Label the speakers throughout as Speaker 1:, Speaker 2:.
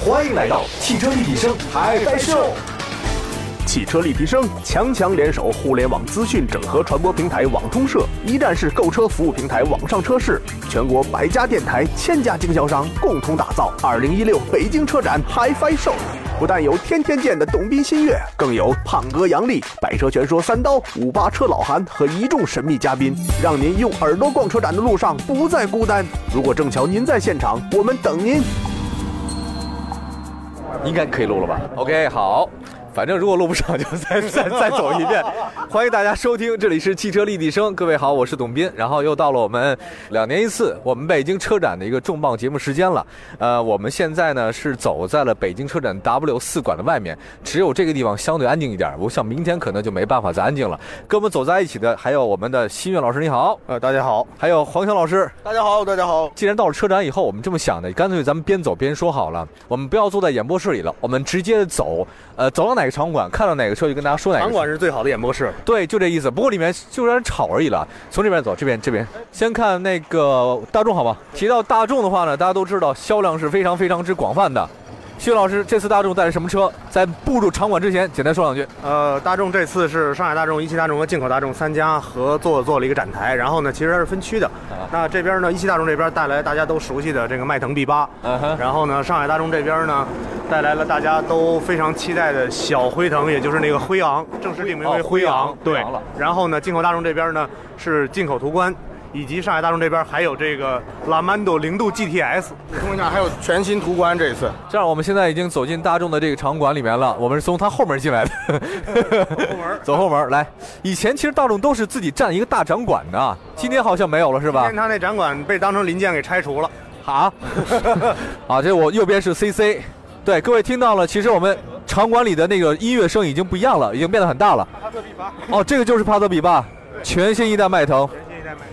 Speaker 1: 欢迎来到汽车立体声海外秀。
Speaker 2: 汽车立体声强强联手互联网资讯整合传播平台网通社，一站式购车服务平台网上车市，全国百家电台、千家经销商共同打造2016北京车展 HiFi 秀。不但有天天见的董斌、新月，更有胖哥杨丽、百车全说三刀、五八车老韩和一众神秘嘉宾，让您用耳朵逛车展的路上不再孤单。如果正巧您在现场，我们等您。
Speaker 3: 应该可以录了吧？OK，好， 反正如果录不上 就再再再走一遍。欢迎大家收听，这里是汽车立体声，各位好，我是董斌。然后又到了我们两年一次我们北京车展的一个重磅节目时间了。呃，我们现在呢是走在了北京车展 W 四馆的外面，只有这个地方相对安静一点。我想明天可能就没办法再安静了。跟我们走在一起的还有我们的新月老师，你好。
Speaker 4: 呃，大家好，
Speaker 3: 还有黄翔老师，
Speaker 4: 大家好，大家好。
Speaker 3: 既然到了车展以后，我们这么想的，干脆咱们边走边说好了。我们不要坐在演播室里了，我们直接走，呃，走到哪个场馆，看到哪个车就跟大家说哪个
Speaker 4: 场
Speaker 3: 车。
Speaker 4: 馆是最好的演播室，
Speaker 3: 对，就这意思。不过里面就让人吵而已了。从这边走，这边这边，先看那个呃大众，好吧？提到大众的话呢，大家都知道销量是非常非常之广泛的。薛老师，这次大众带了什么车？在步入场馆之前，简单说两句。
Speaker 4: 呃，大众这次是上海大众、一汽大众和进口大众三家合作做了一个展台，然后呢，其实它是分区的。那这边呢，一汽大众这边带来大家都熟悉的这个迈腾 B 八、
Speaker 3: 嗯哼
Speaker 4: 然后呢，上海大众这边呢，带来了大家都非常期待的小辉腾，也就是那个辉昂，正式定名为
Speaker 3: 哦辉
Speaker 4: 辉
Speaker 3: 昂
Speaker 4: 昂。
Speaker 3: 辉
Speaker 4: 对
Speaker 3: 昂了，
Speaker 4: 然后呢，进口大众这边呢是进口途观。以及上海大众这边还有这个拉曼多零度 GTS，
Speaker 5: 补充一下，还有全新途观这一次，
Speaker 3: 这样，我们现在已经走进大众的这个场馆里面了。我们是从它后门进来的，后门 走后门来。以前其实大众都是自己占一个大展馆的，啊今天好像没有了，是
Speaker 4: 今
Speaker 3: 吧
Speaker 4: 天？他那展馆被当成零件给拆除了。
Speaker 3: 啊，啊，这我右边是 CC，对，各位听到了，其实我们场馆里的那个音乐声已经不一样了，已经变得很大了。哦，这个就是帕特比吧，全新一代迈腾。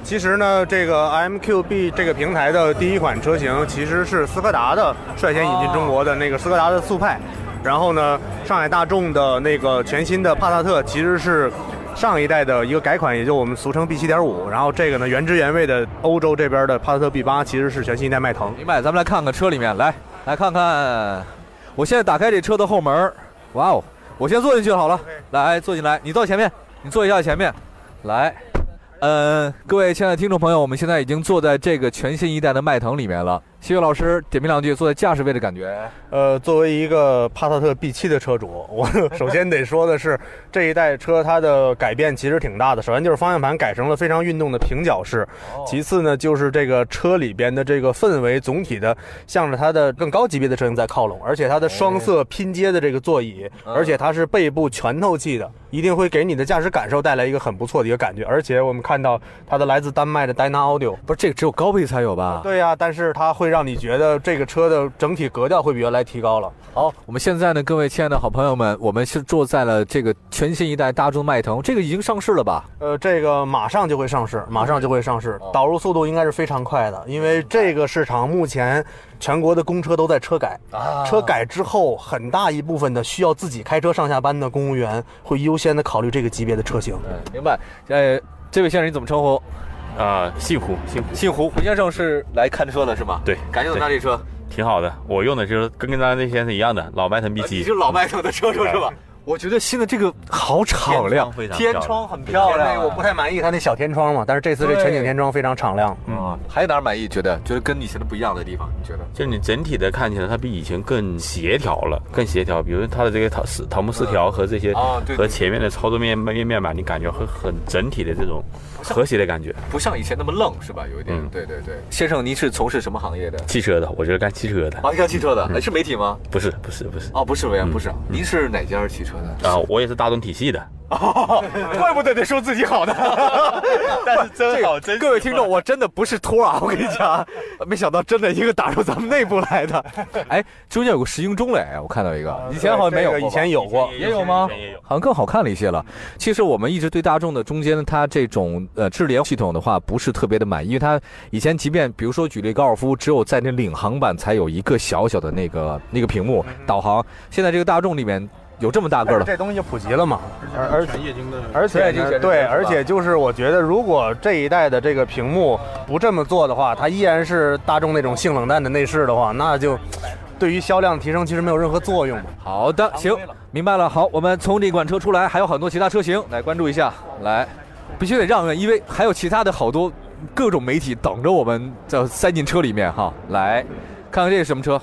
Speaker 4: 其实呢，这个 MQB 这个平台的第一款车型其实是斯柯达的率先引进中国的那个斯柯达的速派，然后呢，上海大众的那个全新的帕萨特其实是上一代的一个改款，也就我们俗称 B 7 5然后这个呢，原汁原味的欧洲这边的帕萨特 B 8其实是全新一代迈腾。
Speaker 3: 明白，咱们来看看车里面，来来看看。我现在打开这车的后门儿，哇哦，我先坐进去好了。来，坐进来，你到前面，你坐一下前面，来。嗯，各位亲爱的听众朋友，我们现在已经坐在这个全新一代的迈腾里面了。谢谢老师点评两句，坐在驾驶位的感觉。
Speaker 4: 呃，作为一个帕萨特 B 7的车主， 我首先得说的是，这一代车它的改变其实挺大的。首先就是方向盘改成了非常运动的平角式，其次呢就是这个车里边的这个氛围总体的向着它的更高级别的车型在靠拢，而且它的双色拼接的这个座椅，而且它是背部全透气的，一定会给你的驾驶感受带来一个很不错的一个感觉。而且我们看到它的来自丹麦的 Dyna Audio，
Speaker 3: 不是这个只有高配才有吧？
Speaker 4: 对呀、但是它会让你觉得这个车的整体格调会比原来提高了。
Speaker 3: 好，我们现在呢，各位亲爱的好朋友们，我们是坐在了这个全新一代大众迈腾，这个已经上市了吧？
Speaker 4: 呃，这个马上就会上市，马上就会上市，导入速度应该是非常快的，因为这个市场目前全国的公车都在车改，车改之后，很大一部分的需要自己开车上下班的公务员会优先的考虑这个级别的车型。
Speaker 3: 嗯，明白。呃，这位先生你怎么称呼？
Speaker 6: 啊，幸福幸福，
Speaker 3: 姓胡，胡先生是来看车的是吗？
Speaker 6: 对
Speaker 3: 感觉怎么样？这车？
Speaker 6: 挺好的。我用的就是跟跟咱那些是一样的，老迈腾 B
Speaker 3: 啊你
Speaker 6: 7
Speaker 3: 是老迈腾的车主是吧？我觉得新的这个好敞亮，
Speaker 6: 非常
Speaker 3: 天
Speaker 6: 漂亮
Speaker 3: 窗很漂亮啊。
Speaker 4: 我不太满意它那小天窗嘛，但是这次这全景天窗非常敞亮。
Speaker 6: 嗯
Speaker 3: 啊，还有哪儿满意？觉得觉得跟以前的不一样的地方？你觉得？
Speaker 6: 就是你整体的看起来，它比以前更协调了，更协调。比如它的这个桃丝桃木饰条和这些、
Speaker 3: 啊对对
Speaker 6: 和前面的操作面面面板，你感觉很很整体的这种和谐的感觉。
Speaker 3: 不像以前那么愣是吧？有一点。
Speaker 6: 嗯
Speaker 3: 对对对。先生，您是从事什么行业的？
Speaker 6: 汽车的，我就是干汽车的，
Speaker 3: 啊，你干汽车的？
Speaker 6: 嗯
Speaker 3: 哎是媒体吗？
Speaker 6: 不是不是不是
Speaker 3: 哦，不是，委员
Speaker 6: 嗯
Speaker 3: 不是啊。您是哪家汽车的？
Speaker 6: 啊，我也是大众体系的。
Speaker 3: 怪不得得说自己好呢， 但是真好真。各位听众，我真的不是托啊，我 跟你讲，没想到真的一个打入咱们内部来的。 哎，中间有个石英钟嘞，哎我看到一个，以前好像没有过
Speaker 4: 这个
Speaker 3: 吧，
Speaker 4: 以前有过，
Speaker 3: 也有吗
Speaker 6: 以前也有？
Speaker 3: 好像更好看了一些了。其实我们一直对大众的中间它这种呃智联系统的话不是特别的满意，因为它以前即便比如说举例高尔夫，只有在那领航版才有一个小小的那个那个屏幕导航，现在这个大众里面有这么大个
Speaker 4: 但
Speaker 3: 儿
Speaker 4: 是
Speaker 3: 了。
Speaker 4: 这东西就普及了嘛，而而且
Speaker 5: 液晶的
Speaker 4: 而且
Speaker 3: 对这个选
Speaker 4: 呢
Speaker 3: 择是
Speaker 4: 对，
Speaker 3: 吧
Speaker 4: 而且就是我觉得，如果这一代的这个屏幕不这么做的话，它依然是大众那种性冷淡的内饰的话，那就对于销量提升其实没有任何作用嘛。
Speaker 3: 好的，行，明白了。好，我们从这款车出来，还有很多其他车型，来关注一下。来，必须得让让，因为还有其他的好多各种媒体等着我们，要塞进车里面哈。来，看看这是什么车？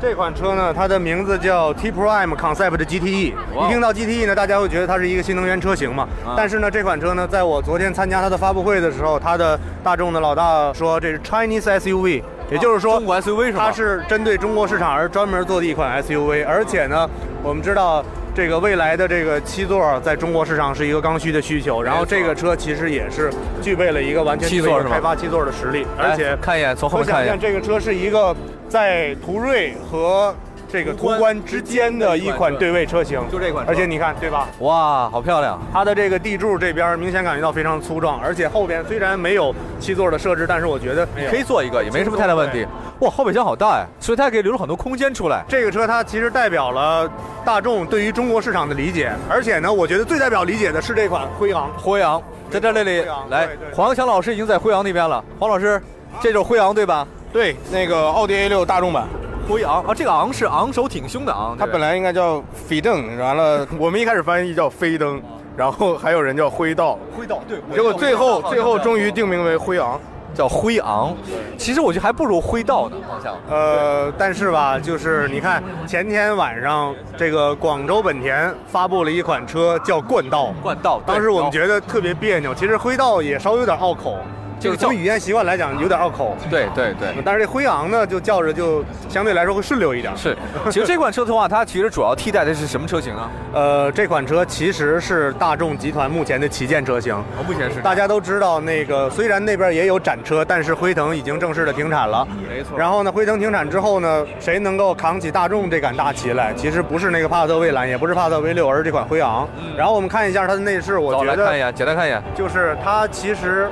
Speaker 4: 这款车呢，它的名字叫 T Prime Concept GTE。
Speaker 3: 哇
Speaker 4: 一听到 GTE 呢，大家会觉得它是一个新能源车型嘛。但是呢，这款车呢，在我昨天参加它的发布会的时候，它的大众的老大说这是 Chinese SUV，也就是说、
Speaker 3: 中国 SUV 是吧
Speaker 4: 它是针对中国市场而专门做的一款 SUV。而且呢，我们知道这个未来的这个七座在中国市场是一个刚需的需求，然后这个车其实也是具备了一个完全
Speaker 3: 七
Speaker 4: 具备
Speaker 3: 座
Speaker 4: 了
Speaker 3: 是吧
Speaker 4: 开发七座的实力，而
Speaker 3: 来
Speaker 4: 且
Speaker 3: 看一眼，从后
Speaker 4: 我
Speaker 3: 面看
Speaker 4: 想
Speaker 3: 一
Speaker 4: 一下，
Speaker 3: 眼。
Speaker 4: 这个车是一个在途锐和这个途观之间的一款对位车型，
Speaker 3: 就这款车
Speaker 4: 而且你看，对吧？
Speaker 3: 哇，好漂亮！
Speaker 4: 它的这个地柱这边明显感觉到非常粗壮，而且后边虽然没有七座的设置，但是我觉得
Speaker 3: 可以做一个，也没什么太大问题。哇，后备箱好大哎，所以它可以留出很多空间出来。
Speaker 4: 这个车它其实代表了大众对于中国市场的理解，而且呢，我觉得最代表理解的是这款辉昂。
Speaker 3: 辉昂在这里
Speaker 4: 辉昂
Speaker 3: 来
Speaker 4: 对对，对
Speaker 3: 黄强老师已经在辉昂那边了。黄老师，这就是辉昂对吧？
Speaker 5: 对，那个奥迪 A 六大众版，
Speaker 3: 辉昂啊，这个昂是昂首挺胸的昂，
Speaker 5: 它
Speaker 3: 对
Speaker 5: 本来应该叫飞灯，完了我们一开始翻译叫飞灯，然后还有人叫灰道，
Speaker 3: 辉道对，
Speaker 5: 结果最后最后终于定名为辉昂。
Speaker 3: 叫辉昂。其实我觉得还不如辉道呢，好像。
Speaker 4: 呃，但是吧，就是你看前天晚上，这个广州本田发布了一款车叫冠道，
Speaker 3: 冠道对
Speaker 4: 当时我们觉得特别别扭，其实辉道也稍微有点拗口，
Speaker 3: 这
Speaker 4: 就
Speaker 3: 个
Speaker 4: 是
Speaker 3: 叫
Speaker 4: 从语言习惯来讲有点拗口，
Speaker 3: 对对对。
Speaker 4: 但是这辉昂呢，就叫着就相对来说会顺溜一点。
Speaker 3: 是， 其实这款车的话，它其实主要替代的是什么车型呢？
Speaker 4: 呃，这款车其实是大众集团目前的旗舰车型。
Speaker 3: 我哦目前是
Speaker 4: 大家都知道，那个虽然那边也有展车，但是辉腾已经正式的停产了。
Speaker 3: 没错
Speaker 4: 然后呢，辉腾停产之后呢，谁能够扛起大众这杆大旗来？其实不是那个帕萨特蔚蓝，也不是帕萨特 V 六，而是这款辉昂。然后我们看一下它的内饰，我
Speaker 3: 走，
Speaker 4: 觉
Speaker 3: 嗯来看一
Speaker 4: 得
Speaker 3: 眼，简单看一眼。
Speaker 4: 就是它其实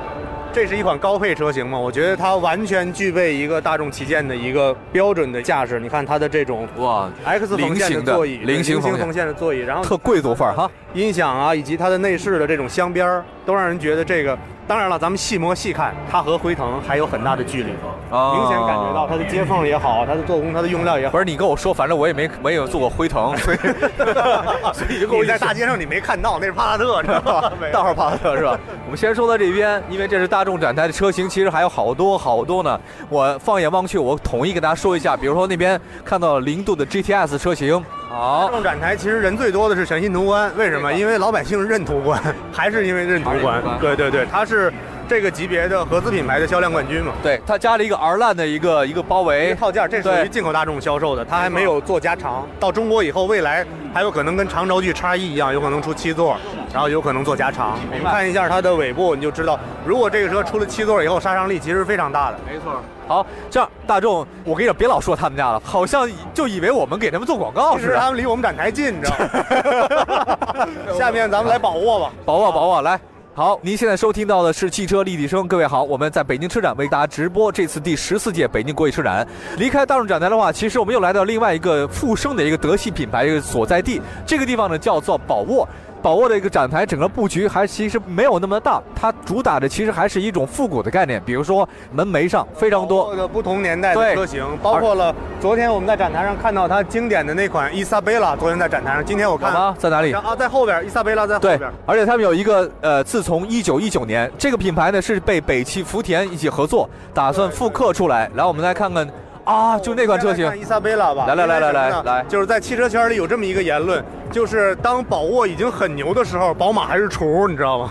Speaker 4: 这是一款高配车型嘛，我觉得它完全具备一个大众旗舰的一个标准的驾驶。你看它的这种
Speaker 3: 哇
Speaker 4: X
Speaker 3: 菱
Speaker 4: 缝
Speaker 3: 形
Speaker 4: 线
Speaker 3: 的
Speaker 4: 座椅，
Speaker 3: 菱形
Speaker 4: 形
Speaker 3: 缝线
Speaker 4: 缝线的座椅，然后
Speaker 3: 特贵族范儿哈。
Speaker 4: 音响啊，以及它的内饰的这种镶边儿，都让人觉得这个。当然了，咱们细摸细看，它和辉腾还有很大的距离，
Speaker 3: 啊
Speaker 4: 明显感觉到它的接缝也好，它的做工、它的用料也好
Speaker 3: 不。是你跟我说，反正我也没没有做过辉腾， 所以所以就跟我
Speaker 4: 你在
Speaker 3: 一说？
Speaker 4: 大街上你没看到，那是帕萨特，知道吧
Speaker 3: 大号帕萨特是吧？我们先说到这边，因为这是大众展台的车型，其实还有好多好多呢。我放眼望去，我统一给大家说一下，比如说那边看到了零度的 GTS 车型，好
Speaker 4: 大，众展台其实人最多的是全新途观，为什么？因为老百姓认途 观，还是因为认途观。对对对，它是这个级别的合资品牌的销量冠军嘛。
Speaker 3: 对，它加了一个 R 烂的一个一个包
Speaker 4: 一
Speaker 3: 围
Speaker 4: 个套件，这属
Speaker 3: 对
Speaker 4: 于进口大众销售的，它还没有做加长。到中国以后，未来还有可能跟长轴距叉一一样，有可能出七座，然后有可能做加长。我们看一下它的尾部，你就知道，如果这个车出了七座以后，杀伤力其实非常大的。
Speaker 3: 好，这样大众，我跟你讲，别老说他们家了，好像就以为我们给他们做广告
Speaker 4: 其
Speaker 3: 似
Speaker 4: 实他
Speaker 3: 的。
Speaker 4: 们离我们展台近，你知道吗？下面咱们来把握吧。
Speaker 3: 把握把握，来。好，您现在收听到的是汽车立体声。各位好，我们在北京车展为大家直播这次第十四届北京国际车展。离开大众展台的话，其实我们又来到另外一个复生的一个德系品牌一个所在地，这个地方呢叫做宝沃。宝沃的一个展台整个布局还其实没有那么大，它主打的其实还是一种复古的概念，比如说门楣上非常多。
Speaker 4: 的不同年代
Speaker 3: 对
Speaker 4: 的车型，包括了昨天我们在展台上看到它经典的那款伊莎贝拉，昨天在展台上，今天我
Speaker 3: 好吗
Speaker 4: 看？
Speaker 3: 在哪里？
Speaker 4: 啊，在后边，伊莎贝拉在后
Speaker 3: 对
Speaker 4: 边。，
Speaker 3: 而且他们有一个呃，自从一九一九年，这个品牌呢是被北汽福田一起合作，打算复刻出来。来，我们来看看啊，就那款车型
Speaker 4: 看伊莎贝拉吧。
Speaker 3: 来来来来来
Speaker 4: 因为什么呢
Speaker 3: 来
Speaker 4: 就是在汽车圈里有这么一个言论，就是当宝沃已经很牛的时候，宝马还是雏，你知道吗？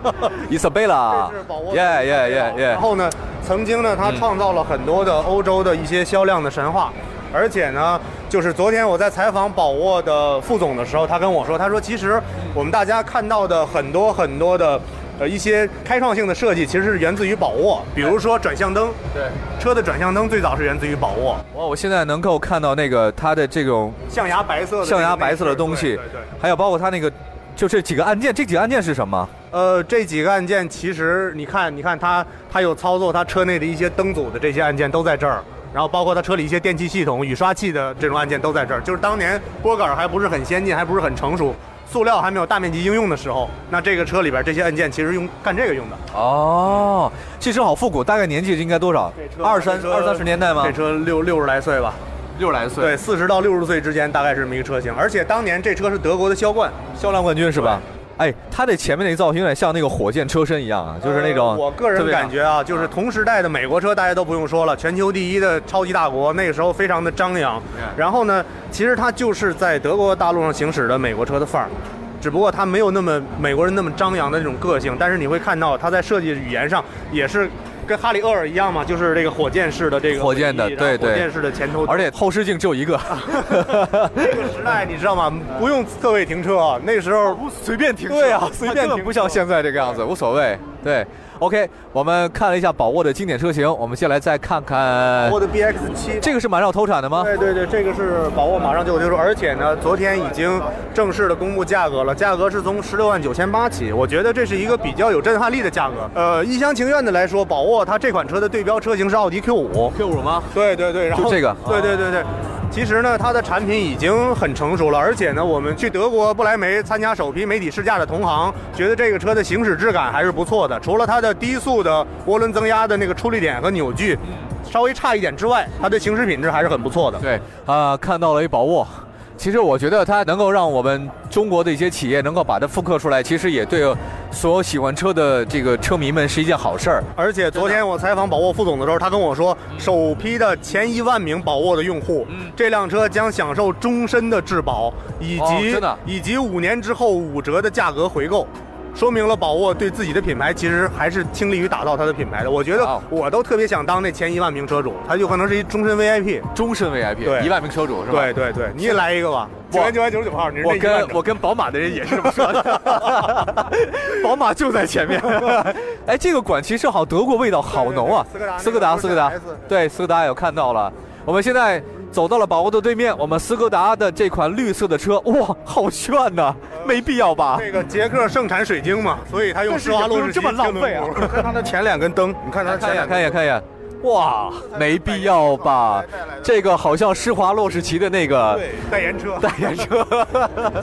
Speaker 3: ，Isabella，
Speaker 4: 这是宝沃
Speaker 3: 耶
Speaker 4: 的
Speaker 3: 耶耶耶
Speaker 4: 然，后呢，曾经呢，
Speaker 3: 嗯
Speaker 4: 它创造了很多的欧洲的一些销量的神话。而且呢，就是昨天我在采访宝沃的副总的时候，他跟我说，他说其实我们大家看到的很多很多的，呃，一些开创性的设计，其实是源自于宝沃，比如说转向灯，对，车的转向灯最早是源自于宝沃，
Speaker 3: 哇，我现在能够看到那个它的这种
Speaker 4: 象牙白色的
Speaker 3: 象牙
Speaker 4: 那个
Speaker 3: 白色的
Speaker 4: 内饰
Speaker 3: 东西
Speaker 4: 对对对，
Speaker 3: 还有包括它那个，就这几个按键，这几个按键是什么？
Speaker 4: 呃，这几个按键其实你看，你看它它有操作它车内的一些灯组的这些按键都在这儿，然后包括它车里一些电气系统、雨刷器的这种按键都在这儿。就是当年拨杆还不是很先进，还不是很成熟，塑料还没有大面积应用的时候，那这个车里边这些按键其实用干这个用的。
Speaker 3: 哦，这车好复古，大概年纪应该多少？二三二三十年代吗
Speaker 4: 这？车六六十来岁吧。
Speaker 3: 六十来岁，
Speaker 4: 对，四十到六十岁之间大概是这么一个车型，而且当年这车是德国的销冠，
Speaker 3: 销量冠军是吧？哎，它这前面那个造型有点像那个火箭车身一样啊，就是那种、
Speaker 4: 呃我个
Speaker 3: 特
Speaker 4: 人
Speaker 3: 别
Speaker 4: 感觉啊，就是同时代的美国车，大家都不用说了，全球第一的超级大国，那个时候非常的张扬。然后呢，其实它就是在德国大陆上行驶的美国车的范儿，只不过它没有那么美国人那么张扬的那种个性，但是你会看到它在设计语言上也是跟哈里厄尔一样嘛，就是这个火箭式的这个
Speaker 3: 火箭的
Speaker 4: 尾翼然后
Speaker 3: 对对
Speaker 4: 火箭式的前头灯，
Speaker 3: 而且后视镜只有一个，
Speaker 4: 这个时代你知道吗？不用侧位停车啊，那个时候
Speaker 3: 随便停。对啊，随便停，
Speaker 4: 根本
Speaker 3: 不像现在这个样子，无所谓。对，OK，我们看了一下宝沃的经典车型，我们接下来再看看
Speaker 4: 我的 BX 七
Speaker 3: 这个是马上要投产的吗？
Speaker 4: 对对对，这个是宝沃马上就有推出，而且呢，昨天已经正式的公布价格了，价格是从十六万九千八起，我觉得这是一个比较有震撼力的价格。呃，一厢情愿的来说，宝沃它这款车的对标车型是奥迪 Q 五
Speaker 3: ，Q 五吗？
Speaker 4: 对对对，然后
Speaker 3: 就这个
Speaker 4: 对对对对。其实呢，它的产品已经很成熟了，而且呢，我们去德国不莱梅参加首批媒体试驾的同行，觉得这个车的行驶质感还是不错的。除了它的低速的涡轮增压的那个出力点和扭矩稍微差一点之外，它的行驶品质还是很不错的。
Speaker 3: 对，啊、看到了一宝沃。其实我觉得它能够让我们中国的一些企业能够把它复刻出来，其实也对所有喜欢车的这个车迷们是一件好事儿。
Speaker 4: 而且昨天我采访宝沃副总的时候，他跟我说，
Speaker 3: 嗯
Speaker 4: 首批的前一万名宝沃的用户，这辆车将享受终身的质保，以
Speaker 3: 哦
Speaker 4: 及、
Speaker 3: 真的
Speaker 4: 以及五年之后五折的价格回购。说明了宝沃对自己的品牌其实还是倾力于打造它的品牌的。我觉
Speaker 3: 哇哦
Speaker 4: 得我都特别想当那前一万名车主，他有可能是一终身 VIP。
Speaker 3: 终身 VIP，
Speaker 4: 对
Speaker 3: 一万名车主是吧？
Speaker 4: 对对对，你也来一个吧，九千九百九十九号，你 是
Speaker 3: 我
Speaker 4: 那一万
Speaker 3: 跟
Speaker 4: 者
Speaker 3: 我跟宝马的人也是这么说 的，宝马就在前面。 哎，这个管骑士好，德国味道好浓啊！
Speaker 4: 对对对
Speaker 3: 斯
Speaker 4: 斯
Speaker 3: 柯
Speaker 4: 柯
Speaker 3: 达，
Speaker 4: 达
Speaker 3: 斯柯达
Speaker 4: 那个，S
Speaker 3: 对，斯柯达有看到了。我们现在走到了宝沃的对面，我们斯柯达的这款绿色的车，哇，好炫呐、没必要吧？
Speaker 4: 那个捷克盛产水晶嘛，所以他用
Speaker 3: 但是
Speaker 4: 施华
Speaker 3: 也不
Speaker 4: 洛
Speaker 3: 用
Speaker 4: 世
Speaker 3: 这
Speaker 4: 奇
Speaker 3: 么浪
Speaker 4: 定轮
Speaker 3: 费啊
Speaker 4: 毂
Speaker 5: 看它的前两根灯，你看它
Speaker 3: 看
Speaker 5: 前
Speaker 3: 一眼，
Speaker 5: 两
Speaker 3: 看一
Speaker 5: 根
Speaker 3: 眼，
Speaker 5: 灯，
Speaker 3: 看一眼，哇，没必要吧？这个好像施华洛世奇的那个
Speaker 4: 对，代言车。
Speaker 3: 代言 车。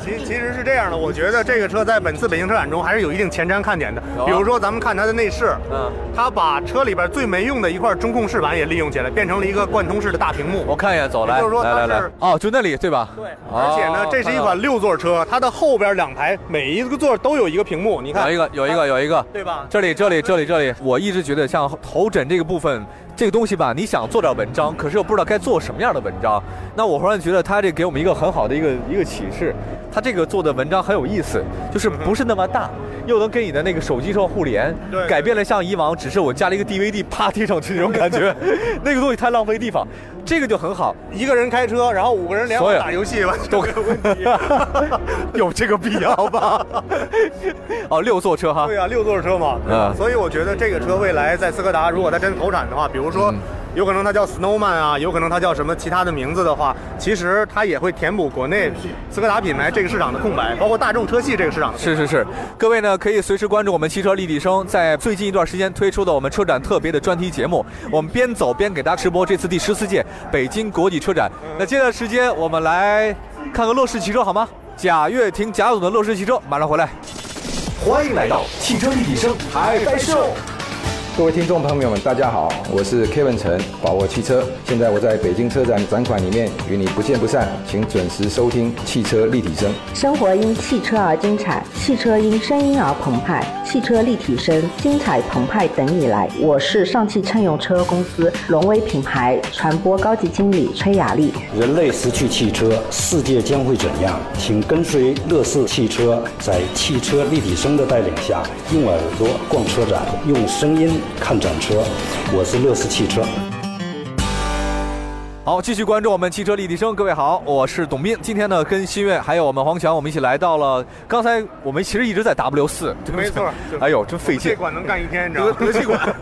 Speaker 4: 其其实是这样的，我觉得这个车在本次北京车展中还是有一定前瞻看点的
Speaker 3: 有啊。
Speaker 4: 比如说，咱们看它的内饰，
Speaker 3: 嗯，
Speaker 4: 它把车里边最没用的一块中控饰板也利用起来，变成了一个贯通式的大屏幕。
Speaker 3: 我看一眼，走来，
Speaker 4: 也就是说它
Speaker 3: 来来来
Speaker 4: 是，
Speaker 3: 哦，就那里对吧？哦对
Speaker 4: 而且呢，这是一款六座车，它的后边两排每一个座都有一个屏幕，你
Speaker 3: 有
Speaker 4: 看
Speaker 3: 一，个，有一个，有一个，
Speaker 4: 对吧？
Speaker 3: 这里，这里，这里，这里，我一直觉得像头枕这个部分，这个东西吧，你想做点文章，可是又不知道该做什么样的文章。那我忽然觉得他这给我们一个很好的一个一个启示，他这个做的文章很有意思，就是
Speaker 4: 嗯
Speaker 3: 不是那么大，又能跟你的那个手机上互联，
Speaker 4: 对对
Speaker 3: 改变了像以往只是我加了一个 DVD 啪贴上去那种感觉， 那个东西太浪费地方，这个就很 好。
Speaker 4: 一个人开车，然后五个人联
Speaker 3: 所
Speaker 4: 网
Speaker 3: 有
Speaker 4: 打游戏，完全
Speaker 3: 都
Speaker 4: 没有问题。
Speaker 3: 啊有这个必要吧？哦，六座车哈
Speaker 4: 对，啊，六座车嘛，对吧
Speaker 3: 嗯
Speaker 4: 所以我觉得这个车未来在斯柯达，如果它真投产的话，比如说
Speaker 3: 嗯，
Speaker 4: 有可能它叫 Snowman 啊，有可能它叫什么其他的名字的话，其实它也会填补国内
Speaker 3: 嗯
Speaker 4: 斯柯达品牌这个市场的空白，包括大众车系这个市场的空白。
Speaker 3: 是是是，各位呢可以随时关注我们汽车立体声在最近一段时间推出的我们车展特别的专题节目，我们边走边给大家直播这次第十四届北京国际车展。那接下来时间我们来看看乐视汽车好吗？贾跃亭贾总的乐视汽车马上回来。
Speaker 1: 欢迎来到汽车立体声海外秀。
Speaker 7: 各位听众朋友们，大家好，我是 Kevin 陈，宝沃汽车。现在我在北京车展展馆里面与你不见不散，请准时收听汽车立体声。
Speaker 8: 生活因汽车而精彩，汽车因声音而澎湃，汽车立体声，精彩澎湃等你来。我是上汽乘用车公司荣威品牌传播高级经理崔雅丽。
Speaker 9: 人类失去汽车，世界将会怎样？请跟随乐视汽车，在汽车立体声的带领下，用耳朵逛车展，用声音看展车。我是乐视汽车。
Speaker 3: 好，继续关注我们汽车立体声。各位好，我是董斌。今天呢，跟新月还有我们黄强，我们一起来到了。刚才我们其实一直在 W 四，对不对？
Speaker 4: 没错就是
Speaker 3: 哎呦，真费劲
Speaker 4: 这。款能干一天，你知道
Speaker 3: 德
Speaker 4: 吗？
Speaker 3: 德气管，啊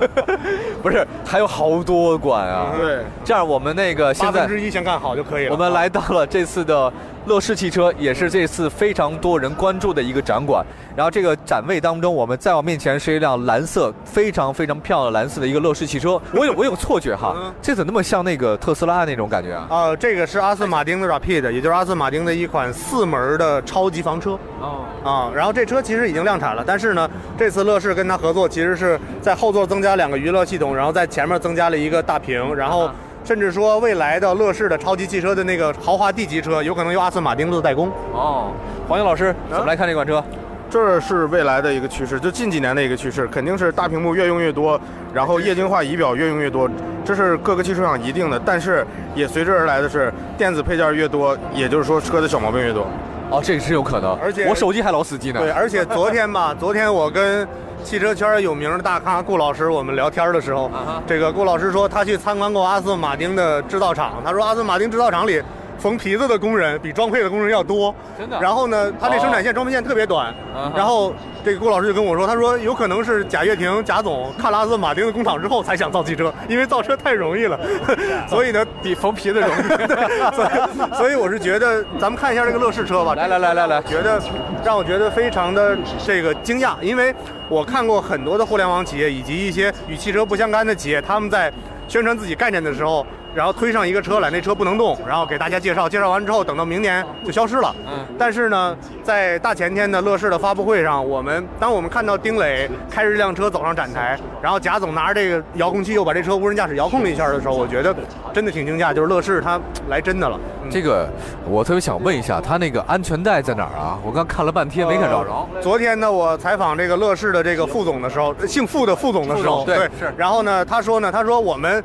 Speaker 3: 不是还有好多管啊。
Speaker 4: 嗯对，
Speaker 3: 这样我们那个
Speaker 4: 八
Speaker 3: 现在
Speaker 4: 分之一啊先干好就可以了。
Speaker 3: 我们来到了这次的乐视汽车，也是这次非常多人关注的一个展馆。然后这个展位当中，我们在我面前是一辆蓝色非常非常漂亮的蓝色的一个乐视汽车。
Speaker 4: 嗯
Speaker 3: 我有我有错觉哈，这怎么那么像那个特斯拉那种感觉啊？
Speaker 4: 啊，这个是阿斯马丁的 Rapid，也就是阿斯马丁的一款四门的超级房车。
Speaker 3: 哦，
Speaker 4: 啊，然后这车其实已经量产了，但是呢，这次乐视跟
Speaker 3: 啊
Speaker 4: 它合作，其实是在后座增加两个娱乐系统，然后在前面增加了一个大屏，然后甚至说未来的乐视的超级汽车的那个豪华 D 级车，有可能由阿斯顿马丁做代工。
Speaker 3: 哦，黄英老师怎么来看这款车？
Speaker 5: 这是未来的一个趋势，就近几年的一个趋势，肯定是大屏幕越用越多，然后液晶化仪表越用越多，这是各个汽车厂一定的。但是也随之而来的是电子配件越多，也就是说车的小毛病越多。
Speaker 3: 哦，这个是有可能，
Speaker 4: 而且
Speaker 3: 我手机还老死机呢。
Speaker 4: 对，啊而且昨天吧， 昨天我跟汽车圈有名的大咖顾老师我们聊天的时候，
Speaker 3: 啊
Speaker 4: 这个顾老师说他去参观过阿斯顿马丁的制造厂，他说阿斯顿马丁制造厂里缝皮子的工人比装配的工人要多，
Speaker 3: 真的啊哦
Speaker 4: 然后呢，他这生产线装配线特别短，
Speaker 3: 嗯哼
Speaker 4: 然后这个顾老师就跟我说，他说有可能是贾跃亭贾总看了阿斯顿马丁的工厂之后才想造汽车，因为造车太容易了， 所以呢。
Speaker 3: 哦比缝皮子容 易。
Speaker 4: 所以，所以我是觉得，咱们看一下这个乐视车吧。
Speaker 3: 来来来来来，
Speaker 4: 觉得让我觉得非常的这个惊讶，因为我看过很多的互联网企业以及一些与汽车不相干的企业，他们在宣传自己概念的时候，然后推上一个车来，那车不能动，然后给大家介绍，介绍完之后等到明年就消失了。
Speaker 3: 嗯
Speaker 4: 但是呢，在大前天的乐视的发布会上，我们当我们看到丁磊开着这辆车走上展台，然后贾总拿着这个遥控器又把这车无人驾驶遥控了一下的时候，我觉得真的挺惊讶，就是乐视它来真的了。嗯
Speaker 3: 这个我特别想问一下，他那个安全带在哪儿啊？我刚看了半天没看找着。
Speaker 4: 呃昨天呢，我采访这个乐视的这个副总的时候，呃姓傅的副总的时候，
Speaker 3: 副总对是
Speaker 4: 然后呢，他说呢，他说我们。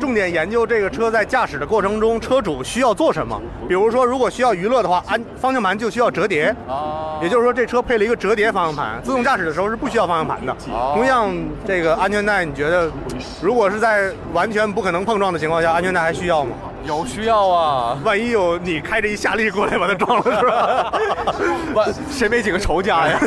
Speaker 4: 重点研究这个车在驾驶的过程中，车主需要做什么？比如说，如果需要娱乐的话，安方向盘就需要折叠，
Speaker 3: 啊
Speaker 4: 也就是说，这车配了一个折叠方向盘。自动驾驶的时候是不需要方向盘的。
Speaker 3: 哦
Speaker 4: 同样，这个安全带，你觉得如果是在完全不可能碰撞的情况下，安全带还需要吗？
Speaker 3: 有需要啊，
Speaker 4: 万一有你开着一夏利过来把它撞了，是 吧？
Speaker 3: 万谁没几个仇家呀？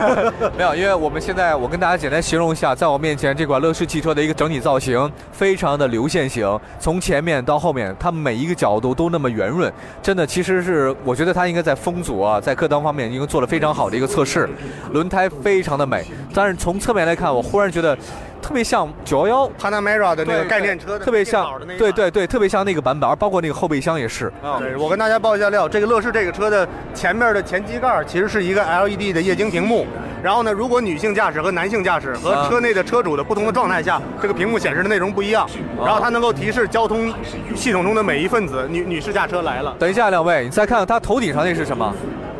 Speaker 3: 没有，因为我们现在我跟大家简单形容一下，在我面前这款乐视汽车的一个整体造型，非常的流线型，从前面到后面，它每一个角度都那么圆润，真的，其实是我觉得它应该在风阻啊，在各档方面应该做了非常好的一个测试，轮胎非常的美，但是从侧面来看，我忽然觉得特别像911。
Speaker 4: Panamera 的那个
Speaker 3: 对
Speaker 4: 概念车的
Speaker 3: 特别
Speaker 4: 电脑
Speaker 3: 像
Speaker 4: 的那，一
Speaker 3: 对
Speaker 4: 款
Speaker 3: 对对，特别像那个版本，而包括那个后备箱也是。
Speaker 4: 对，我跟大家报一下料，这个乐视这个车的前面的前机盖儿其实是一个 LED 的液晶屏幕。然后呢，如果女性驾驶和男性驾驶和车内的车主的不同的状态下，这个屏幕显示的内容不一样。然后它能够提示交通系统中的每一分子，女女士驾车来了。
Speaker 3: 等一下，两位，你再看看它头顶上那是什么？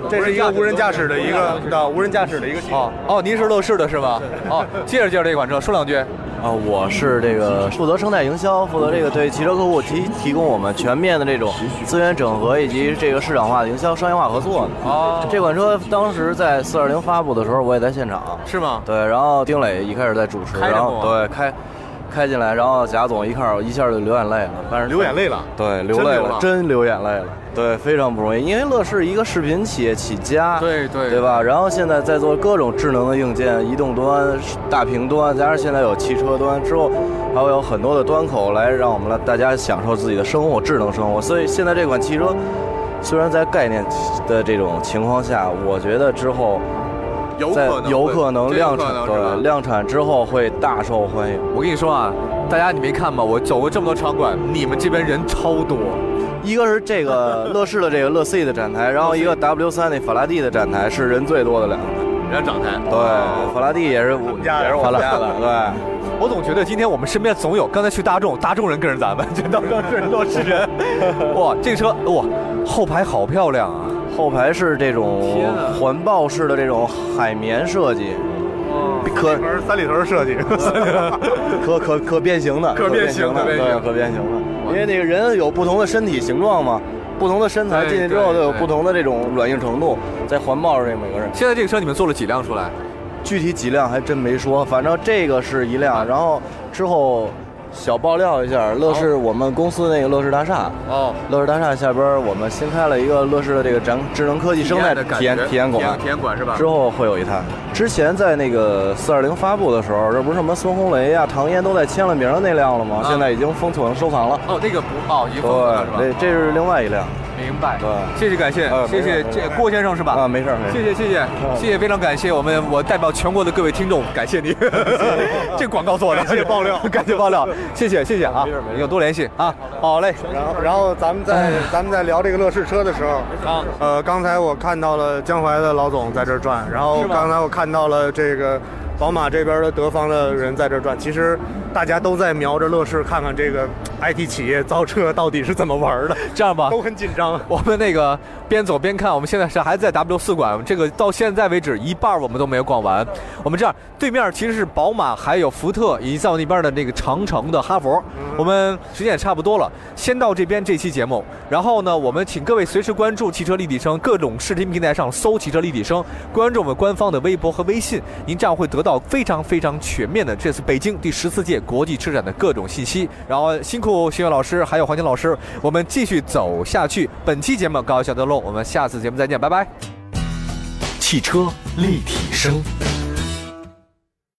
Speaker 4: 这是一个无人驾驶的一个的无人驾驶的一个系统。
Speaker 3: 哦哦，您是乐视的是吧？哦，介绍介绍这款车，说两句。
Speaker 10: 啊，我是这个负责生态营销，负责这个对汽车客户提提供我们全面的这种资源整合以及这个市场化的营销商业化合作的。
Speaker 3: 哦
Speaker 10: 这款车当时在四二零发布的时候，我也在现场。
Speaker 3: 是吗？
Speaker 10: 对，然后丁磊一开始在主持，
Speaker 3: 开着啊
Speaker 10: 然后
Speaker 3: 幕
Speaker 10: 对开开进来，然后贾总一看一下就流眼泪了，但是
Speaker 4: 流眼泪了。
Speaker 10: 对流泪了，真流眼泪了，对，非常不容易，因为乐视一个视频企业起家，
Speaker 3: 对对
Speaker 10: 对吧？然后现在在做各种智能的硬件，移动端、大屏端，加上现在有汽车端，之后还会有很多的端口来让我们来大家享受自己的生活，智能生活。所以现在这款汽车，虽然在概念的这种情况下，我觉得之后
Speaker 5: 有
Speaker 10: 在
Speaker 5: 可能
Speaker 10: 有可能
Speaker 5: 会
Speaker 10: 量产
Speaker 5: 这，有可能是吧
Speaker 10: 对，量产之后会大受欢迎。
Speaker 3: 我跟你说啊，大家你没看吗？我走过这么多场馆，你们这边人超多。
Speaker 10: 一个是这 个乐视的这个乐 C 的展台，然后一个 W 三那法拉第的展台是人最多的两个。
Speaker 3: 人家长台，
Speaker 10: 对，法拉第也是我
Speaker 4: 家的
Speaker 10: 也是我们家的，
Speaker 3: 我总觉得今天我们身边总有，刚才去大众，大众人跟着咱们， 这当当是乐视人。 哇，这个车哇，后排好漂亮啊！
Speaker 10: 对。后排是这种
Speaker 3: 天啊
Speaker 10: 环抱式的这种海绵设计，可
Speaker 4: 而三里屯设计，
Speaker 10: 可可可变形的，
Speaker 3: 可变形
Speaker 10: 的，
Speaker 3: 可变形
Speaker 10: 对，可变形的。因为那个人有不同的身体形状嘛，不同的身材
Speaker 3: 对
Speaker 10: 进去之后
Speaker 3: 对
Speaker 10: 都有
Speaker 3: 对
Speaker 10: 不同的这种软硬程度，在环抱着这每个人。
Speaker 3: 现在这个车你们做了几辆出来？
Speaker 10: 具体几辆还真没说，反正这个是一
Speaker 3: 啊
Speaker 10: 辆，然后之后小爆料一下，乐视我们公司那个乐视大厦，
Speaker 3: 哦，
Speaker 10: 乐视大厦下边儿我们新开了一个乐视的这个展智能科技生态体验体验馆，
Speaker 3: 体验馆是吧？
Speaker 10: 之后会有一台。之前在那个四二零发布的时候，这不是什么孙红雷呀、唐嫣都在签了名的那辆了吗？
Speaker 3: 啊
Speaker 10: 现在已经封存收藏了。
Speaker 3: 哦，那个不哦，已经
Speaker 10: 对
Speaker 3: 封存了是，吧？
Speaker 10: 这这是另外一辆
Speaker 3: 明白，
Speaker 10: 对
Speaker 3: 谢谢感谢，
Speaker 10: 呃
Speaker 3: 谢
Speaker 10: 没
Speaker 3: 谢
Speaker 10: 事没事
Speaker 3: 这郭先生是吧？
Speaker 10: 啊，没事儿没事嗯
Speaker 3: 谢
Speaker 10: 儿。
Speaker 3: 谢谢谢谢谢，非常感谢我们，我代表全国的各位听众感谢 你，这广告做的，感谢爆料， 感谢爆料，谢谢谢谢啊，以后多联系啊，好嘞，
Speaker 4: 然后然后咱 们在咱们在聊这个乐视车的时候，
Speaker 3: 啊，
Speaker 4: 呃，刚才我看到了江淮的老总在这儿转，然后
Speaker 3: 是吧
Speaker 4: 刚才我看到了这个宝马这边的德方的人在这儿转。其实大家都在瞄着乐视，看看这个 IT 企业造车到底是怎么玩的。
Speaker 3: 这样吧，
Speaker 4: 都很紧张。
Speaker 3: 我们那个边走边看，我们现在是还在 W 四馆，这个到现在为止一半我们都没有逛完。我们这样，对面其实是宝马，还有福特，以及在我那边的那个长城的哈佛。
Speaker 10: 嗯
Speaker 3: 我们时间也差不多了，先到这边这期节目。然后呢，我们请各位随时关注汽车立体声，各种视听平台上搜“汽车立体声”，关注我们官方的微博和微信，您这样会得到非常非常全面的这次北京第十四届国际车展的各种信息。然后辛苦徐远老师还有黄金老师，我们继续走下去。本期节目告一小段落，我们下次节目再见，拜拜。
Speaker 2: 汽车立体声。